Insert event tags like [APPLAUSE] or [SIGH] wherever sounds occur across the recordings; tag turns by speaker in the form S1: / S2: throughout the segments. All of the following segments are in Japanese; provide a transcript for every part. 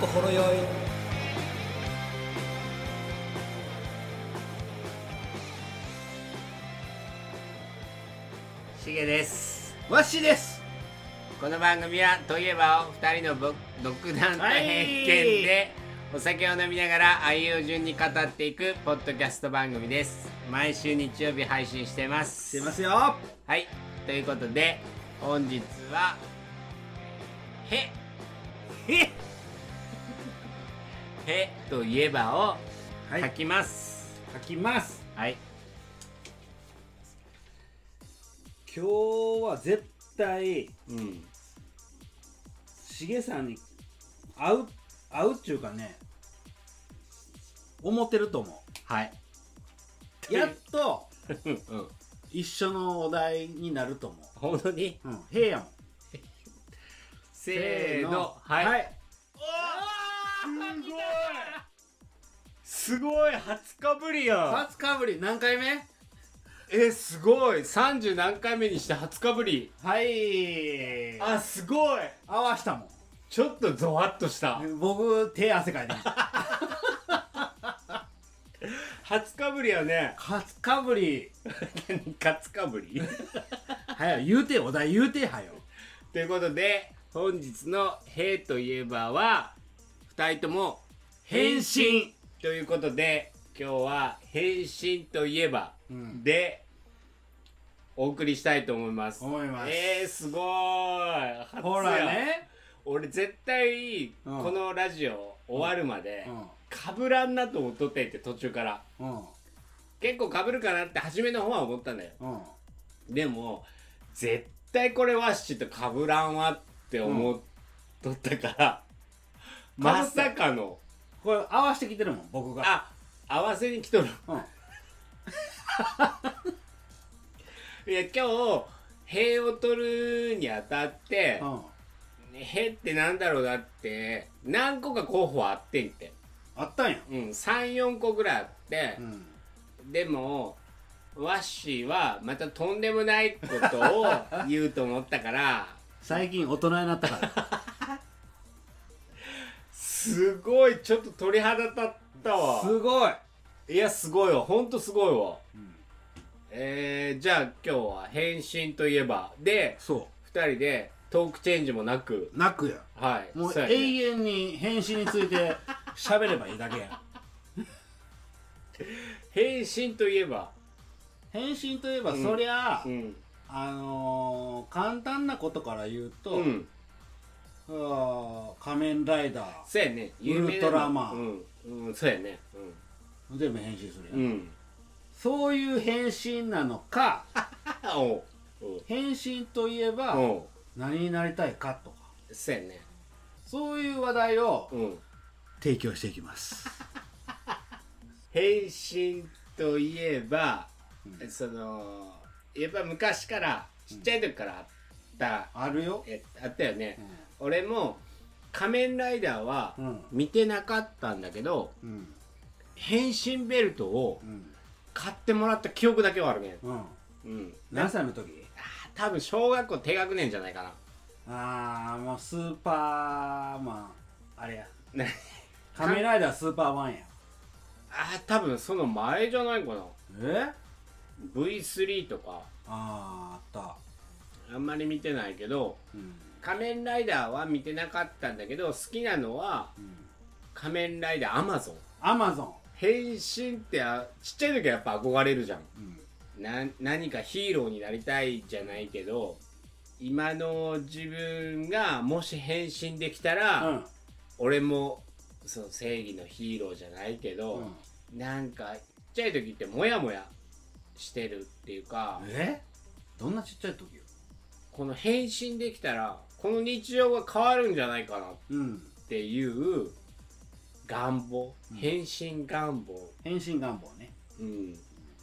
S1: 心よい
S2: しげです
S1: わっしーです
S2: この番組はといえばを2人のぼ独断と偏見でお酒を飲みながら愛を順に語っていくポッドキャスト番組です毎週日曜日配信してます
S1: してますよ
S2: はいということで本日はへ
S1: へ
S2: へといえば
S1: は
S2: を
S1: い
S2: 書きます
S1: 書きます
S2: はい、
S1: 今日は絶対
S2: うん
S1: しげさんに会う会うっていうかね思ってると思
S2: はい、
S1: [LAUGHS] うやっと
S2: うんうん、
S1: 一緒のお題になると思
S2: 本当に
S1: ううんへえやもん
S2: せーのはい、
S1: はい
S2: すごいすごい初かぶりや
S1: 初かぶり何回目
S2: えすごい30何回目にして初かぶり
S1: はい
S2: あすごい
S1: 合わしたもん
S2: ちょっとゾワッとした
S1: 僕手汗かいて [LAUGHS] る
S2: 初かぶりやね
S1: 初かぶり
S2: 初かぶり
S1: はよ言うてお題言うてはよ
S2: ということで本日の「へ」といえばは2人とも変身ということで今日は「変身といえば」
S1: うん
S2: でお送りしたいと思います、
S1: 思います
S2: えー、すごー [LAUGHS] い初や
S1: ほらね
S2: 俺絶対
S1: うん
S2: このラジオ終わるまでかぶらんなと思っとってんって途中から
S1: うんうん
S2: 結構かぶるかなって初めの方は思ったんだよ
S1: うん
S2: でも絶対これワッシーとかぶらんわって思っとったか
S1: う
S2: ら、
S1: ん
S2: まさかの
S1: これ合わしてきてるもん僕が
S2: あ合わせに来とる
S1: うん
S2: いや今日塀を取るにあたって
S1: うん
S2: 塀ってなんだろうだって何個か候補あってんって、
S1: あったんや
S2: うん、34個ぐらいあって
S1: う、ん
S2: でもワッシーはまたとんでもないことを
S1: [LAUGHS]
S2: 言うと思ったから
S1: 最近大人になったから
S2: すごいちょっと鳥肌立った [LAUGHS] わ
S1: すごい
S2: いやすごいわほんとすごいわ
S1: うん
S2: えー、じゃあ今日は返信といえばで
S1: そ
S2: 2人でトークチェンジもなく
S1: う泣くや
S2: はい
S1: もう
S2: そうやね
S1: 永遠に変身につい
S2: [LAUGHS]
S1: て喋ればいいだけや
S2: 返信といえば
S1: 変身といえばそりゃあ
S2: うん
S1: あのー簡単なことから言うと
S2: うん
S1: あー仮面ライダー
S2: そうやね
S1: ウルトラマ
S2: ンうん、うん、そうやね
S1: 全部変身するや、
S2: うんん、
S1: そういう変身なのか
S2: うん、おうおう
S1: 変身といえば
S2: お
S1: 何になりたいかとか
S2: うそうやね
S1: そういう話題を
S2: うん
S1: 提供していきます
S2: 変身といえば、そのやっぱ昔からちっちゃい時からあった、
S1: あるよ
S2: えあったよね、俺も「仮面ライダー」は
S1: うん
S2: 見てなかったんだけど、
S1: うん
S2: 変身ベルトを
S1: うん
S2: 買ってもらった記憶だけはあるね
S1: うん
S2: うん
S1: 何歳の時
S2: あー多分小学校低学年じゃないかな
S1: ああもうスーパーマンあれや
S2: ね [LAUGHS]
S1: 仮面ライダースーパーマンや
S2: あー多分その前じゃないかな
S1: え
S2: V3 とか
S1: あーあっ
S2: あんまり見てないけど
S1: たうん
S2: 仮面ライダーは見てなかったんだけど好きなのは
S1: うん
S2: 仮面ライダーアマゾン
S1: アマゾ
S2: 変身ってあちっちゃい時はやっぱ憧れるじゃん
S1: ンうん
S2: な何かヒーローになりたいじゃないけど今の自分がもし変身できたら、
S1: うん
S2: 俺もその正義のヒーローじゃないけど、
S1: うん
S2: なんかちっちゃい時ってモヤモヤしてるっていうか
S1: えどんなちっちゃい時よ
S2: この変身できたらこの日常が変わるんじゃないかなっ
S1: うん
S2: ていう願望変身願望、
S1: 変身願望ね
S2: うん、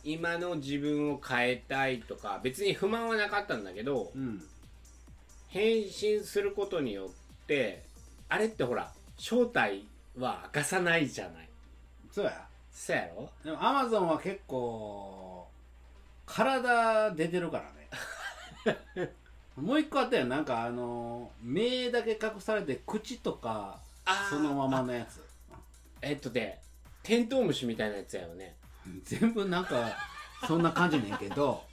S2: 今の自分を変えたいとか別に不満はなかったんだけど
S1: うん
S2: 変身することによってあれってほら正体は明かさないじゃない
S1: そうや
S2: そうやろ
S1: でもアマゾンは結構体出てるからね [LAUGHS] もう一個あったよなんかあの目だけ隠されて口とか
S2: あー
S1: そのままのやつ
S2: えっとでテントウムシみたいなやつやよね
S1: 全部なんかそんな感じねんけど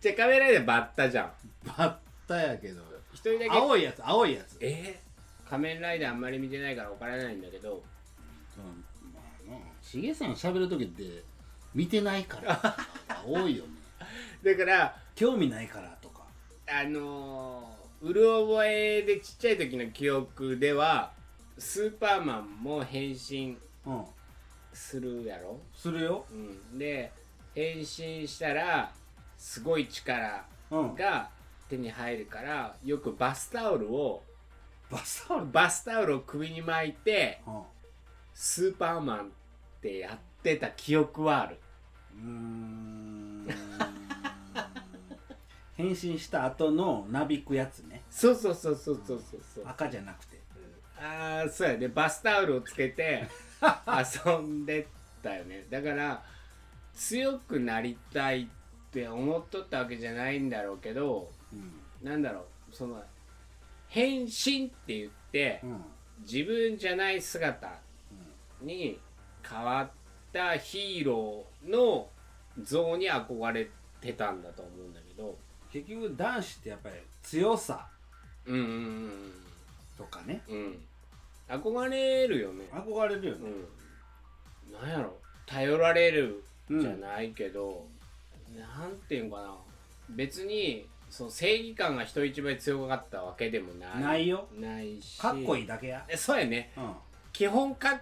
S2: じゃあカメラでバッタじゃん
S1: バッタやけど
S2: 一人だけ
S1: 青いやつ青いやつ
S2: えー仮面ライダーあんまり見てないから分からないんだけど
S1: うんまあなしげさん喋る時って見てないから [LAUGHS] 多いよね
S2: だから
S1: 興味ないからとか
S2: あのー、うる覚えでちっちゃい時の記憶ではスーパーマンも変身
S1: うん
S2: するやろ、
S1: するよ
S2: うん、で変身したらすごい力
S1: うん
S2: が手に入るからよくバスタオルを
S1: バスタオル
S2: バスタオルを首に巻いて
S1: うん
S2: スーパーマンってやってた記憶はある
S1: うーん変身した後のなびくやつね
S2: そうそうそうそうそうそうそう
S1: 赤じゃなくて
S2: ああそうやねバスタオルをつけて遊んでたよねだから強くなりたいって思っとったわけじゃないんだろうけど
S1: うん
S2: なんだろうその変身って言って
S1: うん
S2: 自分じゃない姿に変わったヒーローの像に憧れてたんだと思うんだけど
S1: 結局男子ってやっぱり強さ
S2: うんうんうん
S1: とかね
S2: うんうん憧れるよね
S1: 憧れるよね
S2: うん、なんやろ頼られるじゃないけど、なんていうんかな別にその正義感が人一倍強かったわけでもない
S1: ないよ
S2: ないし
S1: かっこい
S2: い
S1: いだけや、
S2: えそうやね
S1: う
S2: 基本かっ
S1: ん、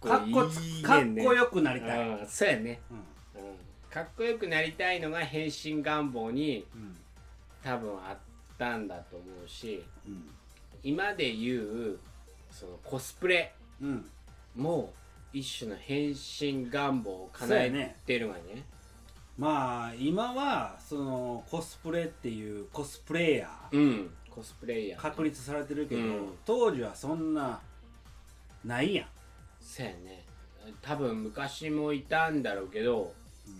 S2: こ
S1: かっこつ
S2: いい
S1: かっ
S2: ね
S1: こよくなりたい、
S2: うんそうやね、
S1: うん
S2: うん、かっこよくなりたいのが変身願望に
S1: うん
S2: 多分あったんだと思うし
S1: うん
S2: 今で言うそのコスプレ
S1: うん
S2: もう一種の変身願望を叶
S1: そうや
S2: え
S1: ね
S2: てるわね
S1: まあ今はそのコスプレっていうコスプレイヤー
S2: うんコスプレイヤー
S1: 確立されてるけど、
S2: うん
S1: 当時はそんなないやん、
S2: そうやね多分昔もいたんだろうけど
S1: うん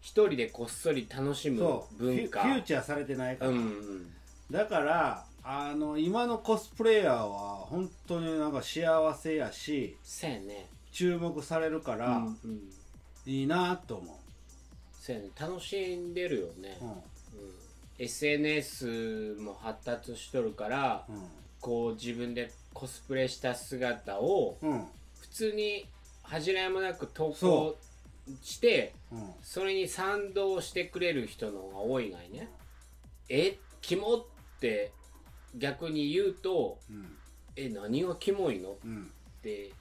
S2: 一人でこっそり楽しむ
S1: そうフ
S2: 文
S1: ュ
S2: 化
S1: フューチャーされてないから、
S2: うんうん
S1: だからあの今のコスプレイヤーは本当になんか幸せやし
S2: そうやね
S1: 注目されるから、
S2: うんうん
S1: いいなと思
S2: そうやね楽しんでるよね
S1: う、う、
S2: うん、SNS も発達しとるから
S1: ん
S2: こう自分でコスプレした姿を
S1: うんうん
S2: 普通に恥じらいもなく投稿して
S1: うん
S2: それに賛同してくれる人の方が多いがいね。え、キモって逆に言うと、
S1: うん
S2: え、何がキモいのっ
S1: うん
S2: て、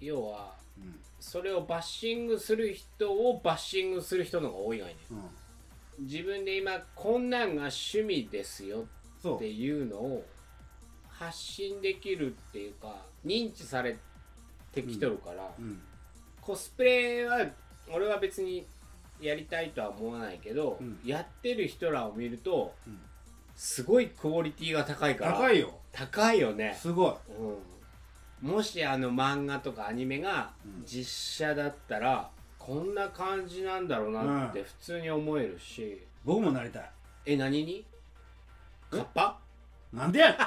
S2: 要は、
S1: うん
S2: それをバッシングする人をバッシングする人の方が多いがいね。
S1: うん
S2: 自分で今、こんなんが趣味ですよ
S1: そう
S2: っていうのを発信できるっていうか、認知されてきとるから、
S1: うん
S2: コスプレは俺は別にやりたいとは思わないけど、
S1: うん
S2: やってる人らを見ると
S1: うん
S2: すごいクオリティが高いから
S1: 高いよ
S2: 高いよね、
S1: すごい
S2: うん、もしあの漫画とかアニメが
S1: うん
S2: 実写だったら、こんな感じなんだろうなって
S1: うん
S2: 普通に思えるし、
S1: 僕もなりたい
S2: え何にカッパ
S1: なんでやねん [LAUGHS]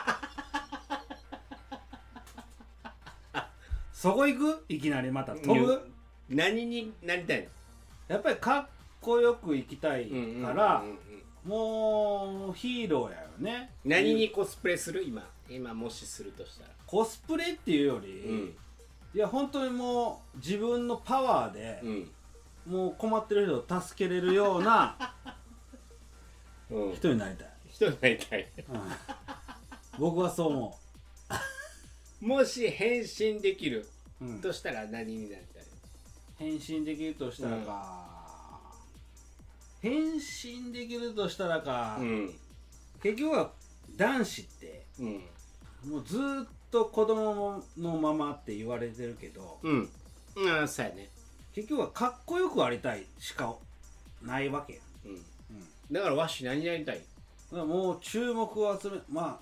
S1: そこ行くいきなりまた飛ぶ
S2: 何になりたいの
S1: やっぱりかっこよく行きたい
S2: うんうんうんうん
S1: から、もうヒーローやよね
S2: 何にコスプレする今今もしするとしたら、
S1: コスプレっていうより、いや本当にもう自分のパワーで
S2: う、ん
S1: もう困ってる人を助けれるよう
S2: [LAUGHS]
S1: な
S2: うん
S1: 人になりたい、
S2: 人になりたい
S1: うん僕はそう思
S2: もし変身できる
S1: う、うん
S2: としたら何になりたい
S1: 変身できるとしたらか、変身できるとしたらか、
S2: ん
S1: 結局は男子って
S2: うん
S1: もうずーっと子供のままって言われてるけど、
S2: うんうんそうやね
S1: 結局はかっこよくありたいしかないわけや、
S2: うん
S1: うん、だ
S2: だからわし何になりたい
S1: からもう注目を集めまあ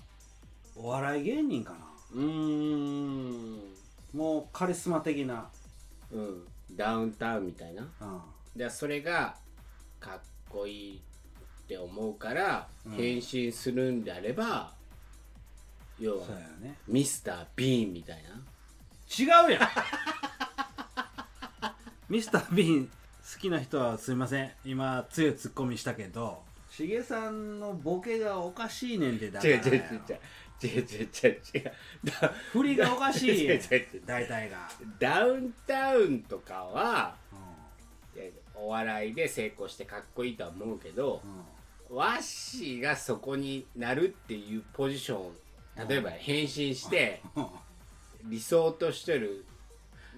S1: お笑い芸人かな
S2: うーん
S1: もうカリスマ的な、
S2: うんダウンタウンみたいな
S1: うん、
S2: でそれがかっこいいって思うから
S1: うん
S2: 変身するんであれば、要は
S1: そうやね
S2: ミスター・ビーンみたいな
S1: 違うやん [LAUGHS] ミスター・ビーン好きな人はすいません今強いツッコミしたけどしげさんのボケがおかしいねんでだから
S2: 違う
S1: や
S2: 違う違う違う違う違う違うだ
S1: 振りがおかしい
S2: 違
S1: やん
S2: う違う違う
S1: 大体が、
S2: ダウンタウンとかは
S1: う
S2: えお笑いで成功してかっこいいとは思うけど
S1: んうん
S2: ワッシーがそこになるっていうポジションを例えば変身して理想としてる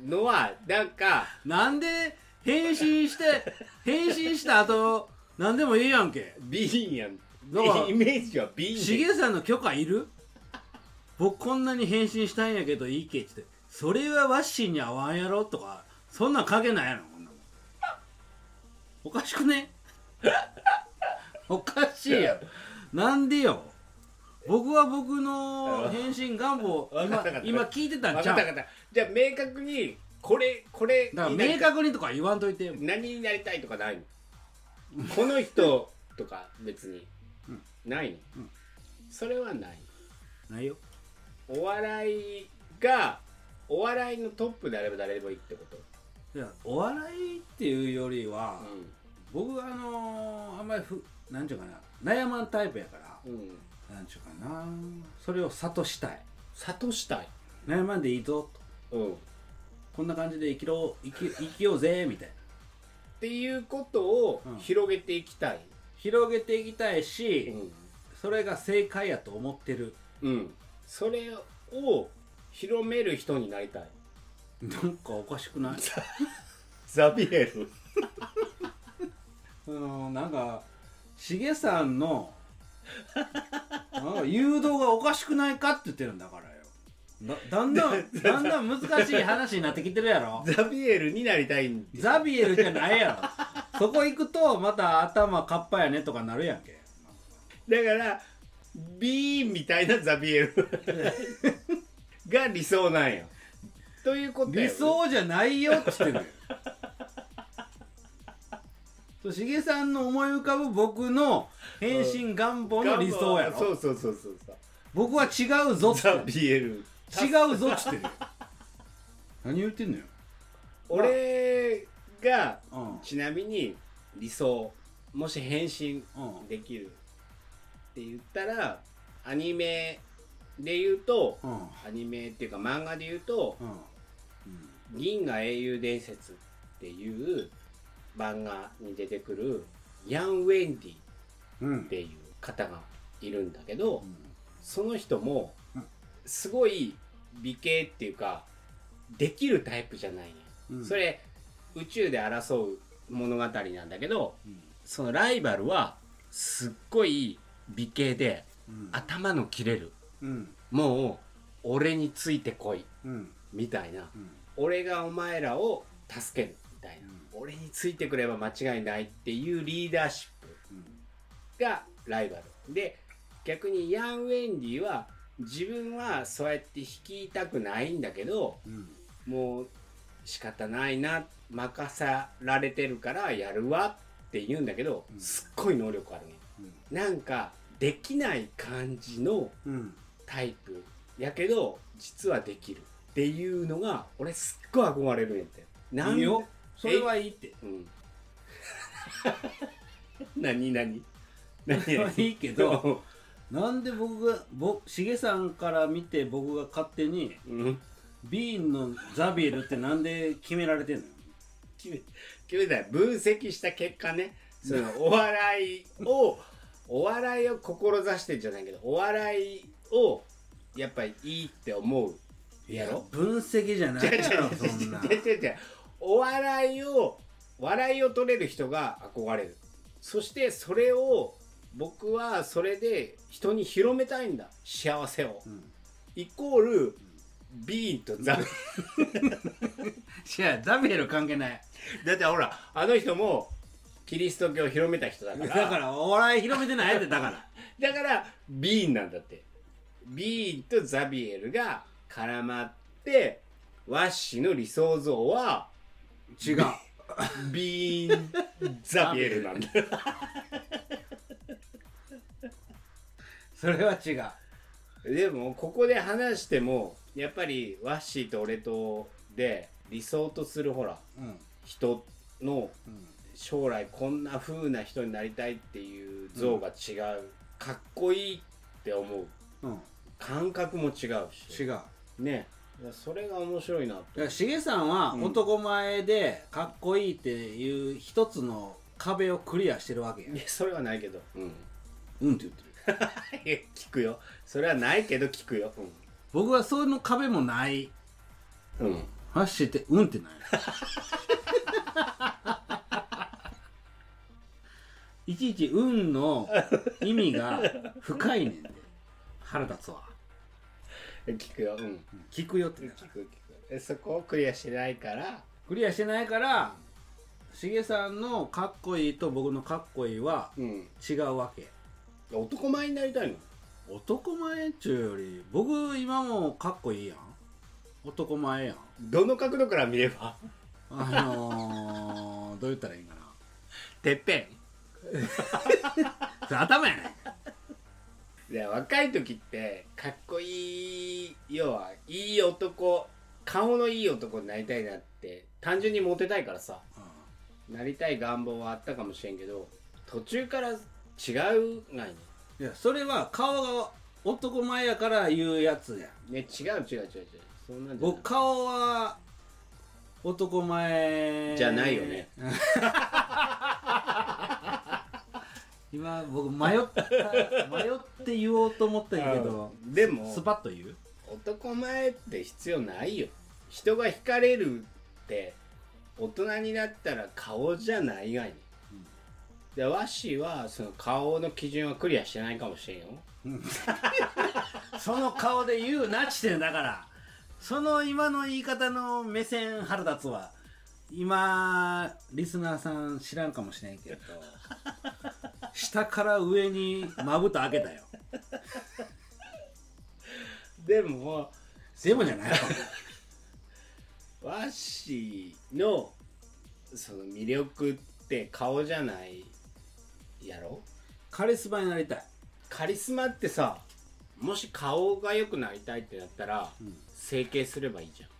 S2: のはなんか
S1: なんで変身して変身した後なんでもいいやんけ
S2: ビーンやん
S1: だから
S2: [LAUGHS] イメージはビ
S1: し
S2: ーン
S1: げさんの許可いる僕こんなに変身したいんやけどいいけってそれはワッシーに合わんやろとかそんなん書けないやろこんなもんおかしくねおかしいやろなんでよ僕は僕の変身願望
S2: わか
S1: 今
S2: ったわかった
S1: 今聞いてたん
S2: 分
S1: ちゃ
S2: かっ
S1: う
S2: た分かったじゃあ明確にこれこれ
S1: だから明確にとか言わんといてよ
S2: 何になりたいとかないのこの人とか別に、
S1: うん
S2: ないの、
S1: うん
S2: それはない
S1: ないよ
S2: お笑いがお笑いのトップであれば誰でもいいってこと、
S1: いやお笑いっていうよりは、
S2: う
S1: 僕はあのーあんまりふなんちゅうかな悩まんタイプやから
S2: んうん、
S1: なんちゅうかなそれを諭したい
S2: 諭したい、
S1: 悩まんでいいぞと
S2: うん、っ
S1: こんな感じで生きろ生き生 [LAUGHS] きようぜみたいな
S2: ていうことを
S1: うん
S2: 広げていきたい、
S1: 広げていきたいし、
S2: ん
S1: それが正解やと思ってる
S2: うん、それを広める人になりたい
S1: なんかおかしくない
S2: ザビエル
S1: そのなんかしげさんの [LAUGHS] なんか誘導がおかしくないかって言ってるんだからよだだんだんだんだん難しい話になってきてるやろ
S2: ザビエルになりたいん
S1: ザビエルじゃないやろそこ行くとまた頭カッパやねとかなるやんけ
S2: だからビーンみたいなザビエ
S1: [LAUGHS]
S2: ルが理想なんやということや
S1: 理想じゃないよって言ってるよそうしげさんの思い浮かぶ僕の変身願望の理想やろ、
S2: そうそうそうそうそう
S1: 僕は違うぞって言
S2: ザ
S1: って
S2: ビエル
S1: る違うぞって言ってるよ何言ってんのよ、
S2: 俺が
S1: うん
S2: ちなみに理想もし変身
S1: うん
S2: できるって言ったらアニメで言うと
S1: うん
S2: アニメっていうか漫画で言うと
S1: うん
S2: 「銀河英雄伝説」っていう漫画に出てくるヤン・ウェンディ
S1: うんうん
S2: っていう方がいるんだけど
S1: う
S2: その人も
S1: うん
S2: すごい美形っていうかできるタイプじゃないね、
S1: ん
S2: それ宇宙で争う物語なんだけど
S1: うん
S2: そのライバルはすっごい美形で
S1: うん
S2: 頭の切れる
S1: うん
S2: もう俺についてこい
S1: うん
S2: みたいな
S1: うん
S2: 俺がお前らを助けるみたいな、俺についてくれば間違いないっていうリーダーシップ
S1: うん
S2: がライバルで逆にヤン・ウェンディは自分はそうやって率いたくないんだけど
S1: うん
S2: もう仕方ないな任さられてるからやるわって言うんだけど、
S1: うん
S2: すっごい能力あるねなんかできない感じの
S1: うん
S2: タイプやけど実はできるっていうのが俺すっごい憧れるんやってなん
S1: いいよそれはいいって
S2: うん [LAUGHS] 何 [LAUGHS] 何何
S1: それは
S2: 何
S1: いいけどなんで僕がぼしげさんから見て僕が勝手に
S2: うん
S1: ビーンのザビエルってなんで決められてんの
S2: 決め決めたよ分析した結果ねそのお笑いを [LAUGHS] お笑いを志してんじゃないけどお笑いをやっぱりいいって思うやろ
S1: 分析じゃない
S2: 違う違う
S1: やろ
S2: 違
S1: そんな
S2: [LAUGHS] う違う違う違うお笑いを笑いを取れる人が憧れるそしてそれを僕はそれで人に広めたいんだ幸せを
S1: [LAUGHS] うん
S2: イコールビーンとザビ
S1: いやザビエル関係ない
S2: [LAUGHS] だってほらあの人もキリスト教を広めた人だか
S1: だ
S2: ら
S1: からお笑い広めてないってだから
S2: だからビーンなんだってビーンとザビエルが絡まってワッシーの理想像は
S1: 違 [LAUGHS] う
S2: ビーンザビエル [LAUGHS] なんだ
S1: それは違う
S2: でもここで話してもやっぱりワッシーと俺とで理想とするほら
S1: うん
S2: 人の
S1: うん
S2: 将来こんな風な人になりたいっていう像が違う、かっこいいって思う
S1: うん
S2: 感覚も違う
S1: 違
S2: し
S1: う
S2: ねそれが面白いなと
S1: だからしげさんは
S2: うん
S1: 男前でかっこいいっていう一つの壁をクリアしてるわけや
S2: いやそれはないけど、 [LAUGHS] うん、い
S1: うんって言ってる
S2: や聞くよそれはないけど聞くよ
S1: 僕はその壁もない
S2: うん、うん、
S1: ハッシーってうんってない [LAUGHS] いちいち「うん」の意味が深いねんで腹立つわ
S2: 聞くようん
S1: 聞くよって
S2: 聞く聞くえそこをクリアしてないから
S1: クリアしてないからしげさんのかっこいいと僕のかっこいいは
S2: うん
S1: 違うわけ
S2: 男前になりたいの
S1: 男前っちゅうより僕今もかっこいいやん男前やん
S2: どの角度から見れば [LAUGHS]
S1: あのー、どう言ったらいいんかな
S2: てっぺ
S1: それ頭やね
S2: んで若い時ってかっこいい要はいい男顔のいい男になりたいなって単純にモテたいからさなりたい願望はあったかもしれんけど途中から違うない
S1: いやそれは顔が男前やから言うやつや
S2: ねね違う違う違う違うそんなんじゃない
S1: 僕顔は男前
S2: じゃないよね
S1: [LAUGHS] 今僕迷った迷って言おうと思ったんやけど
S2: うんでも
S1: スパッと言う
S2: 男前って必要ないよ人が惹かれるって大人になったら顔じゃないがいに、
S1: ん
S2: で和紙はその顔の基準はクリアしてないかもしれんよ
S1: その顔で言うなっちてんだからその今の言い方の目線腹立つわ今リスナーさん知らんかもしれんけど下から上にまぶた開けたよ
S2: でも
S1: でもじゃないわ
S2: 和紙のその魅力って顔じゃないやろ
S1: [LAUGHS] カリスマになりたい、
S2: カリスマってさもし顔が良くなりたいってなったら、整形すればいいじゃん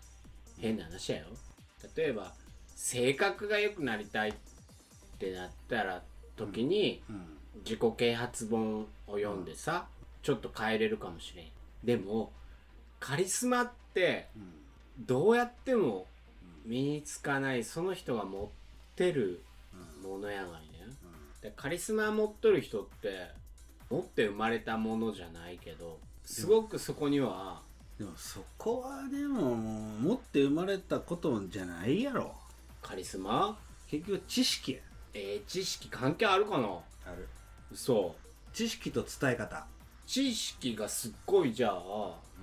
S2: 変な話だよ例えば性格が良くなりたいってなったら時に
S1: うん
S2: 自己啓発本を読んでさ、ちょっと変えれるかもしれんでもカリスマって
S1: うん
S2: どうやっても身につかないその人が持ってるものやがいねでカリスマ持っとる人って持って生まれたものじゃないけどすごくそこには
S1: でもそこはでももう持って生まれたことじゃないやろ
S2: カリスマ
S1: 結局知識や
S2: えー、知識関係あるかな
S1: ある
S2: そう
S1: 知識と伝え方、
S2: 知識がすっごいじゃあ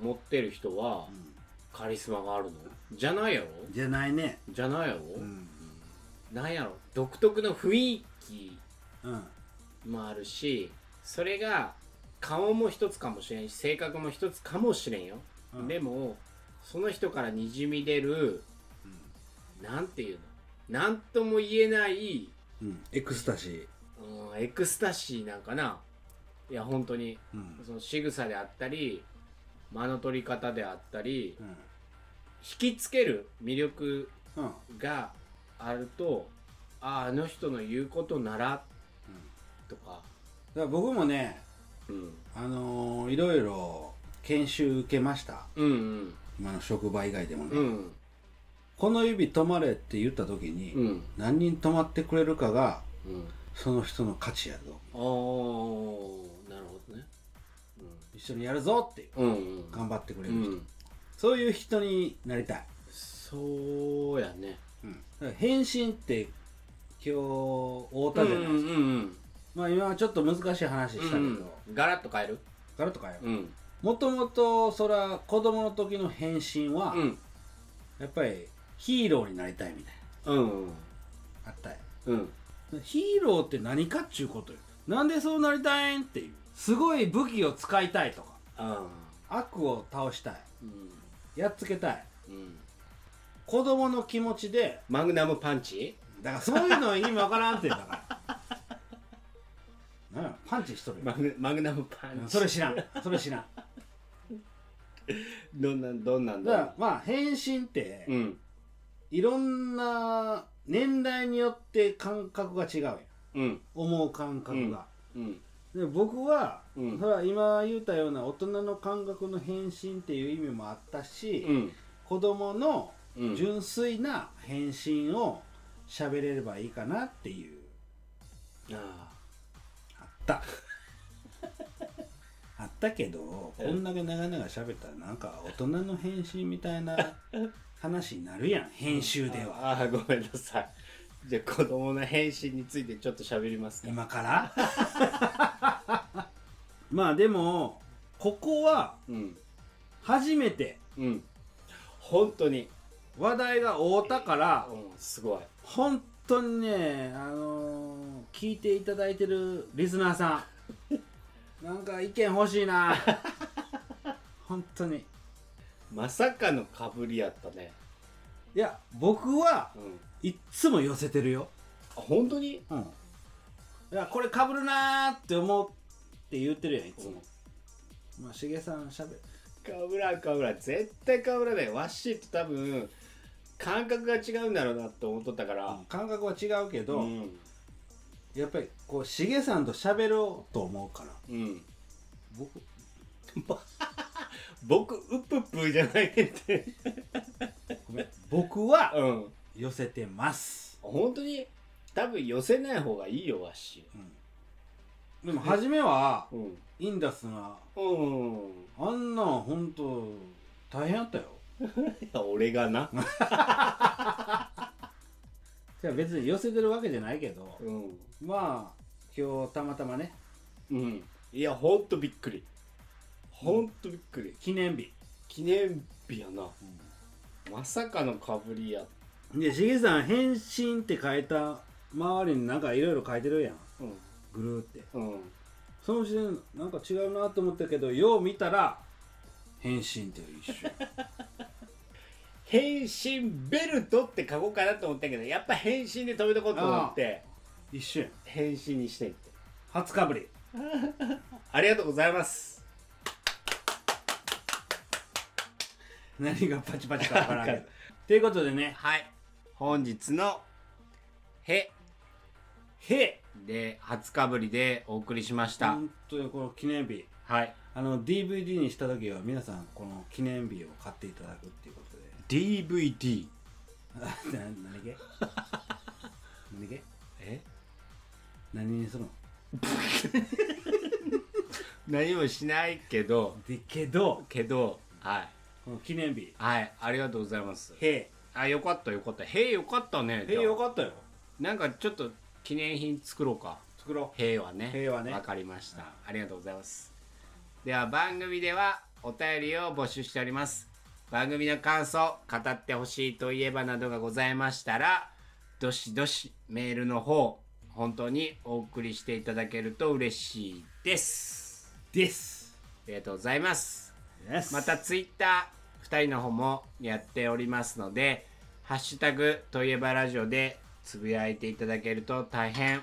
S2: 持ってる人は
S1: う
S2: カリスマがあるのじゃないやろ
S1: ん、じゃないね
S2: じゃないやろ、
S1: うん
S2: なんやろ独特の雰囲気
S1: うん
S2: もあるしそれが顔も一つかもしれんし性格も一つかもしれんよ、
S1: うん
S2: でもその人からにじみ出るなんていうのなんとも言えない、
S1: うん、エクスタシー、
S2: うん、エクスタシーなんかないや本当に
S1: うん
S2: その仕草であったり間の取り方であったり
S1: うん
S2: 引きつける魅力
S1: うんうん、
S2: があるとあああの人の言うことならとか、
S1: だから僕もね
S2: うん、
S1: あのーいろいろ研修受けました
S2: うん
S1: 今の職場以外でもね、
S2: うんうん
S1: この指止まれって言った時に、
S2: うん
S1: 何人止まってくれるかが
S2: うん
S1: その人の価値やぞ
S2: ああなるほどね
S1: 一緒にやるぞっていう
S2: うんうんうん
S1: 頑張ってくれ
S2: う
S1: る人、
S2: ん
S1: そういう人になりたい、
S2: そうやね
S1: だから変身って今日会う
S2: う
S1: た
S2: ん
S1: じ
S2: う
S1: ゃ
S2: ん
S1: ない、
S2: うん
S1: まあ今はちょっと難しい話したけど、
S2: うんガラッと変える
S1: ガラッと変えよ
S2: うん
S1: うもともとそら子供の時の変身は、
S2: うん
S1: やっぱりヒーローになりたいみたい
S2: うん
S1: なあったよ
S2: うん
S1: ヒーローって何かっちゅうことよなんでそうなりたいんっていうすごい武器を使いたいとか
S2: あ
S1: 悪を倒したい
S2: ーうん
S1: やっつけたい
S2: うん
S1: 子供の気持ちで
S2: マグナムパンチ
S1: だからそういうの意味わからんってだ
S2: [LAUGHS]
S1: からなんやパンチしとるよ
S2: マグマグナムパンチ
S1: それ知らんそれ知らん
S2: どんなんどんなん
S1: だか
S2: だろ
S1: らまあ変身って、
S2: ううん
S1: いろんな年代によって感覚が違うやん
S2: うん
S1: 思う感覚が、
S2: うん
S1: で僕は、
S2: うん
S1: それは今言ったような大人の感覚の変身っていう意味もあったし、
S2: うん
S1: 子供の
S2: うん
S1: 純粋な変身を喋れればいいかなっていう
S2: あ
S1: あった。 [LAUGHS] あったけど、こんだけ長々喋ったらなんか大人の返信みたいな話になるやん、編集
S2: ー
S1: では。
S2: あーごめんなさいじゃあ子供の変身についてちょっと喋りますか
S1: 今から [LAUGHS] まあでも、ここは
S2: うん
S1: 初めて
S2: うん本当に
S1: 話題が合うたから、
S2: うんすごい
S1: 本当にね、あのー聞いていただいてるリスナーさん、なんか意見欲しい [LAUGHS] な。本当に。
S2: まさかのかぶりやったね
S1: いや、僕は、
S2: うん
S1: いっつも寄せてるよ。
S2: あ本当に
S1: うん。いや、これ被るなーって思うって言ってるやん、いつも。まあ、しげさんしゃべる。
S2: かぶらんかぶらん絶対かぶらないわっしーと多分感覚が違うんだろうなって思っとったから
S1: 感覚は違うけど、
S2: うん
S1: やっぱり、こう、しげさんとしゃべろうと思うから。
S2: うん
S1: 僕、
S2: 僕ウププじゃないって
S1: ごめん。僕は
S2: うん
S1: 寄せてます。
S2: 本当に多分寄せない方がいいよわっし
S1: でも、初めは
S2: ー、うん
S1: インダスが、
S2: うん
S1: あんな、ほんと、大変やったよ。
S2: いや俺がな
S1: じゃあ別に寄せてるわけじゃないけど、
S2: うん
S1: まあ、今日たまたまね、
S2: うんいやほんとびっくりほんとびっくり
S1: 記念日。
S2: 記念日やなまさかのかぶりや
S1: で、しげさん、変身って書いた周りになんかいろいろ書いてるやん。
S2: うん
S1: ぐるーって。
S2: うん
S1: そのうちでなんか違うなと思ったけど、よう見たら、変身って一緒。
S2: 変身ベルトって書こうかなと思ったけどやっぱ変身で止めとこうと思って
S1: [LAUGHS] 一緒やん。
S2: 変身にしていって
S1: 初かぶり。
S2: ありがとうございます
S1: 何がパチパチかわからんけど。ということでね、
S2: はい本日の「へ
S1: へ」
S2: で20日ぶりでお送りしまし
S1: ほんとにこの記念日。
S2: はい
S1: あの、DVD にした時は皆さん、この記念日を買っていただくっていうことで。 [LAUGHS]
S2: DVD
S1: あな何げ何げ
S2: え
S1: 何にするの
S2: 何もしないけど
S1: で、けど、
S2: けどはい
S1: この記念日。
S2: はいありがとうございます
S1: へ
S2: あよかったよかった「へ」よかったね
S1: え。へえ、
S2: じゃあ
S1: よかったよ。
S2: なんかちょっと記念品作ろうか
S1: 作ろう。
S2: 平和ね
S1: 平和ね
S2: わかりましたありがとうございますでは番組ではお便りを募集しております番組の感想語ってほしいといえばなどがございましたらどしどしメールの方本当にお送りしていただけると嬉しいです
S1: です。
S2: ありがとうございますま
S1: また、
S2: たツイッター2人の方もやっておりますので「ハッシュタグといえばラジオ」でつぶやいていただけると大変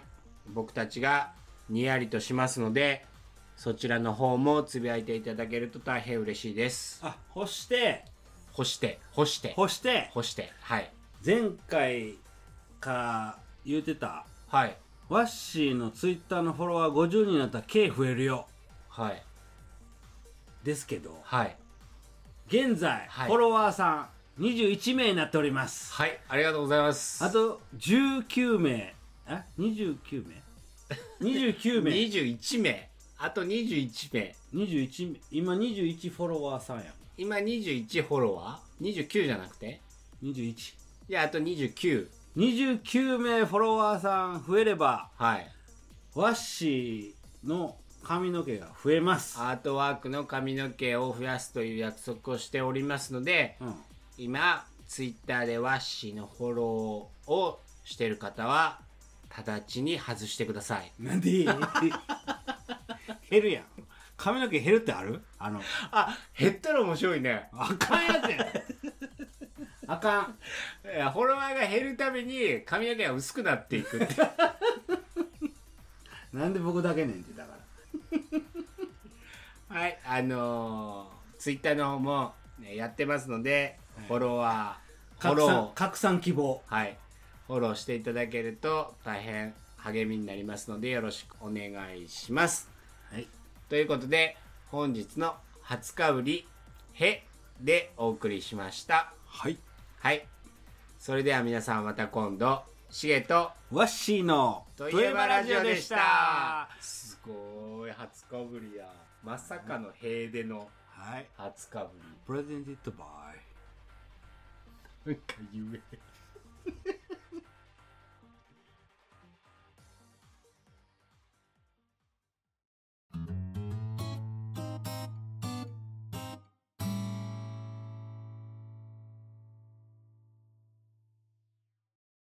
S2: 僕たちがにやりとしますのでそちらの方もつぶやいていただけると大変嬉しいです
S1: あ、干して、
S2: 干して干して
S1: 干して、
S2: 干してはい
S1: 前回から言うてた、
S2: はい
S1: ワッシーのツイッターのフォロワー50になったら K 増えるよ。
S2: はい
S1: ですけど、
S2: はい
S1: 現在、
S2: はい
S1: フォロワーさん21名になっております。
S2: はいありがとうございます
S1: あと19名、え ?29
S2: [LAUGHS]
S1: 名 ?29 名。
S2: 21名あと21名
S1: 21名。今21フォロワーさんや
S2: 今21フォロワー29じゃなくて
S1: もん。21。
S2: いやあと29
S1: 29名フォロワーさん増えれば、
S2: はい
S1: ワッシーの髪の毛が増えます。
S2: アートワークの髪の毛を増やすという約束をしておりますので
S1: うん。
S2: 今ツイッターでワッシーのフォローをしている方は直ちに外してください
S1: なんで減るやん。髪の毛減るってあるあの、
S2: あ減ったら面白いね
S1: あかんやつやん。あかん。
S2: フォロワーが減るたびに髪の毛が薄くなっていくって [LAUGHS]
S1: なんで僕だけねんって、だから。
S2: はいあのツイッターの方も、ね、やってますので、フォロワー、フ
S1: 拡
S2: ォロ
S1: 散
S2: ー、
S1: 拡散希望
S2: はい、フォローしていただけると大変励みになりますので、よろしくお願いします。
S1: はい
S2: ということで、本日の20日売り、へでお送りしました。
S1: はい
S2: はい。それでは皆さんまた今度、しげと、
S1: ワッシーの
S2: といえばラジオでした。すごい、20日ぶりや。まさかの平での
S1: はい
S2: 20日ぶり。
S1: プレゼンティットバイ
S2: なんか言え。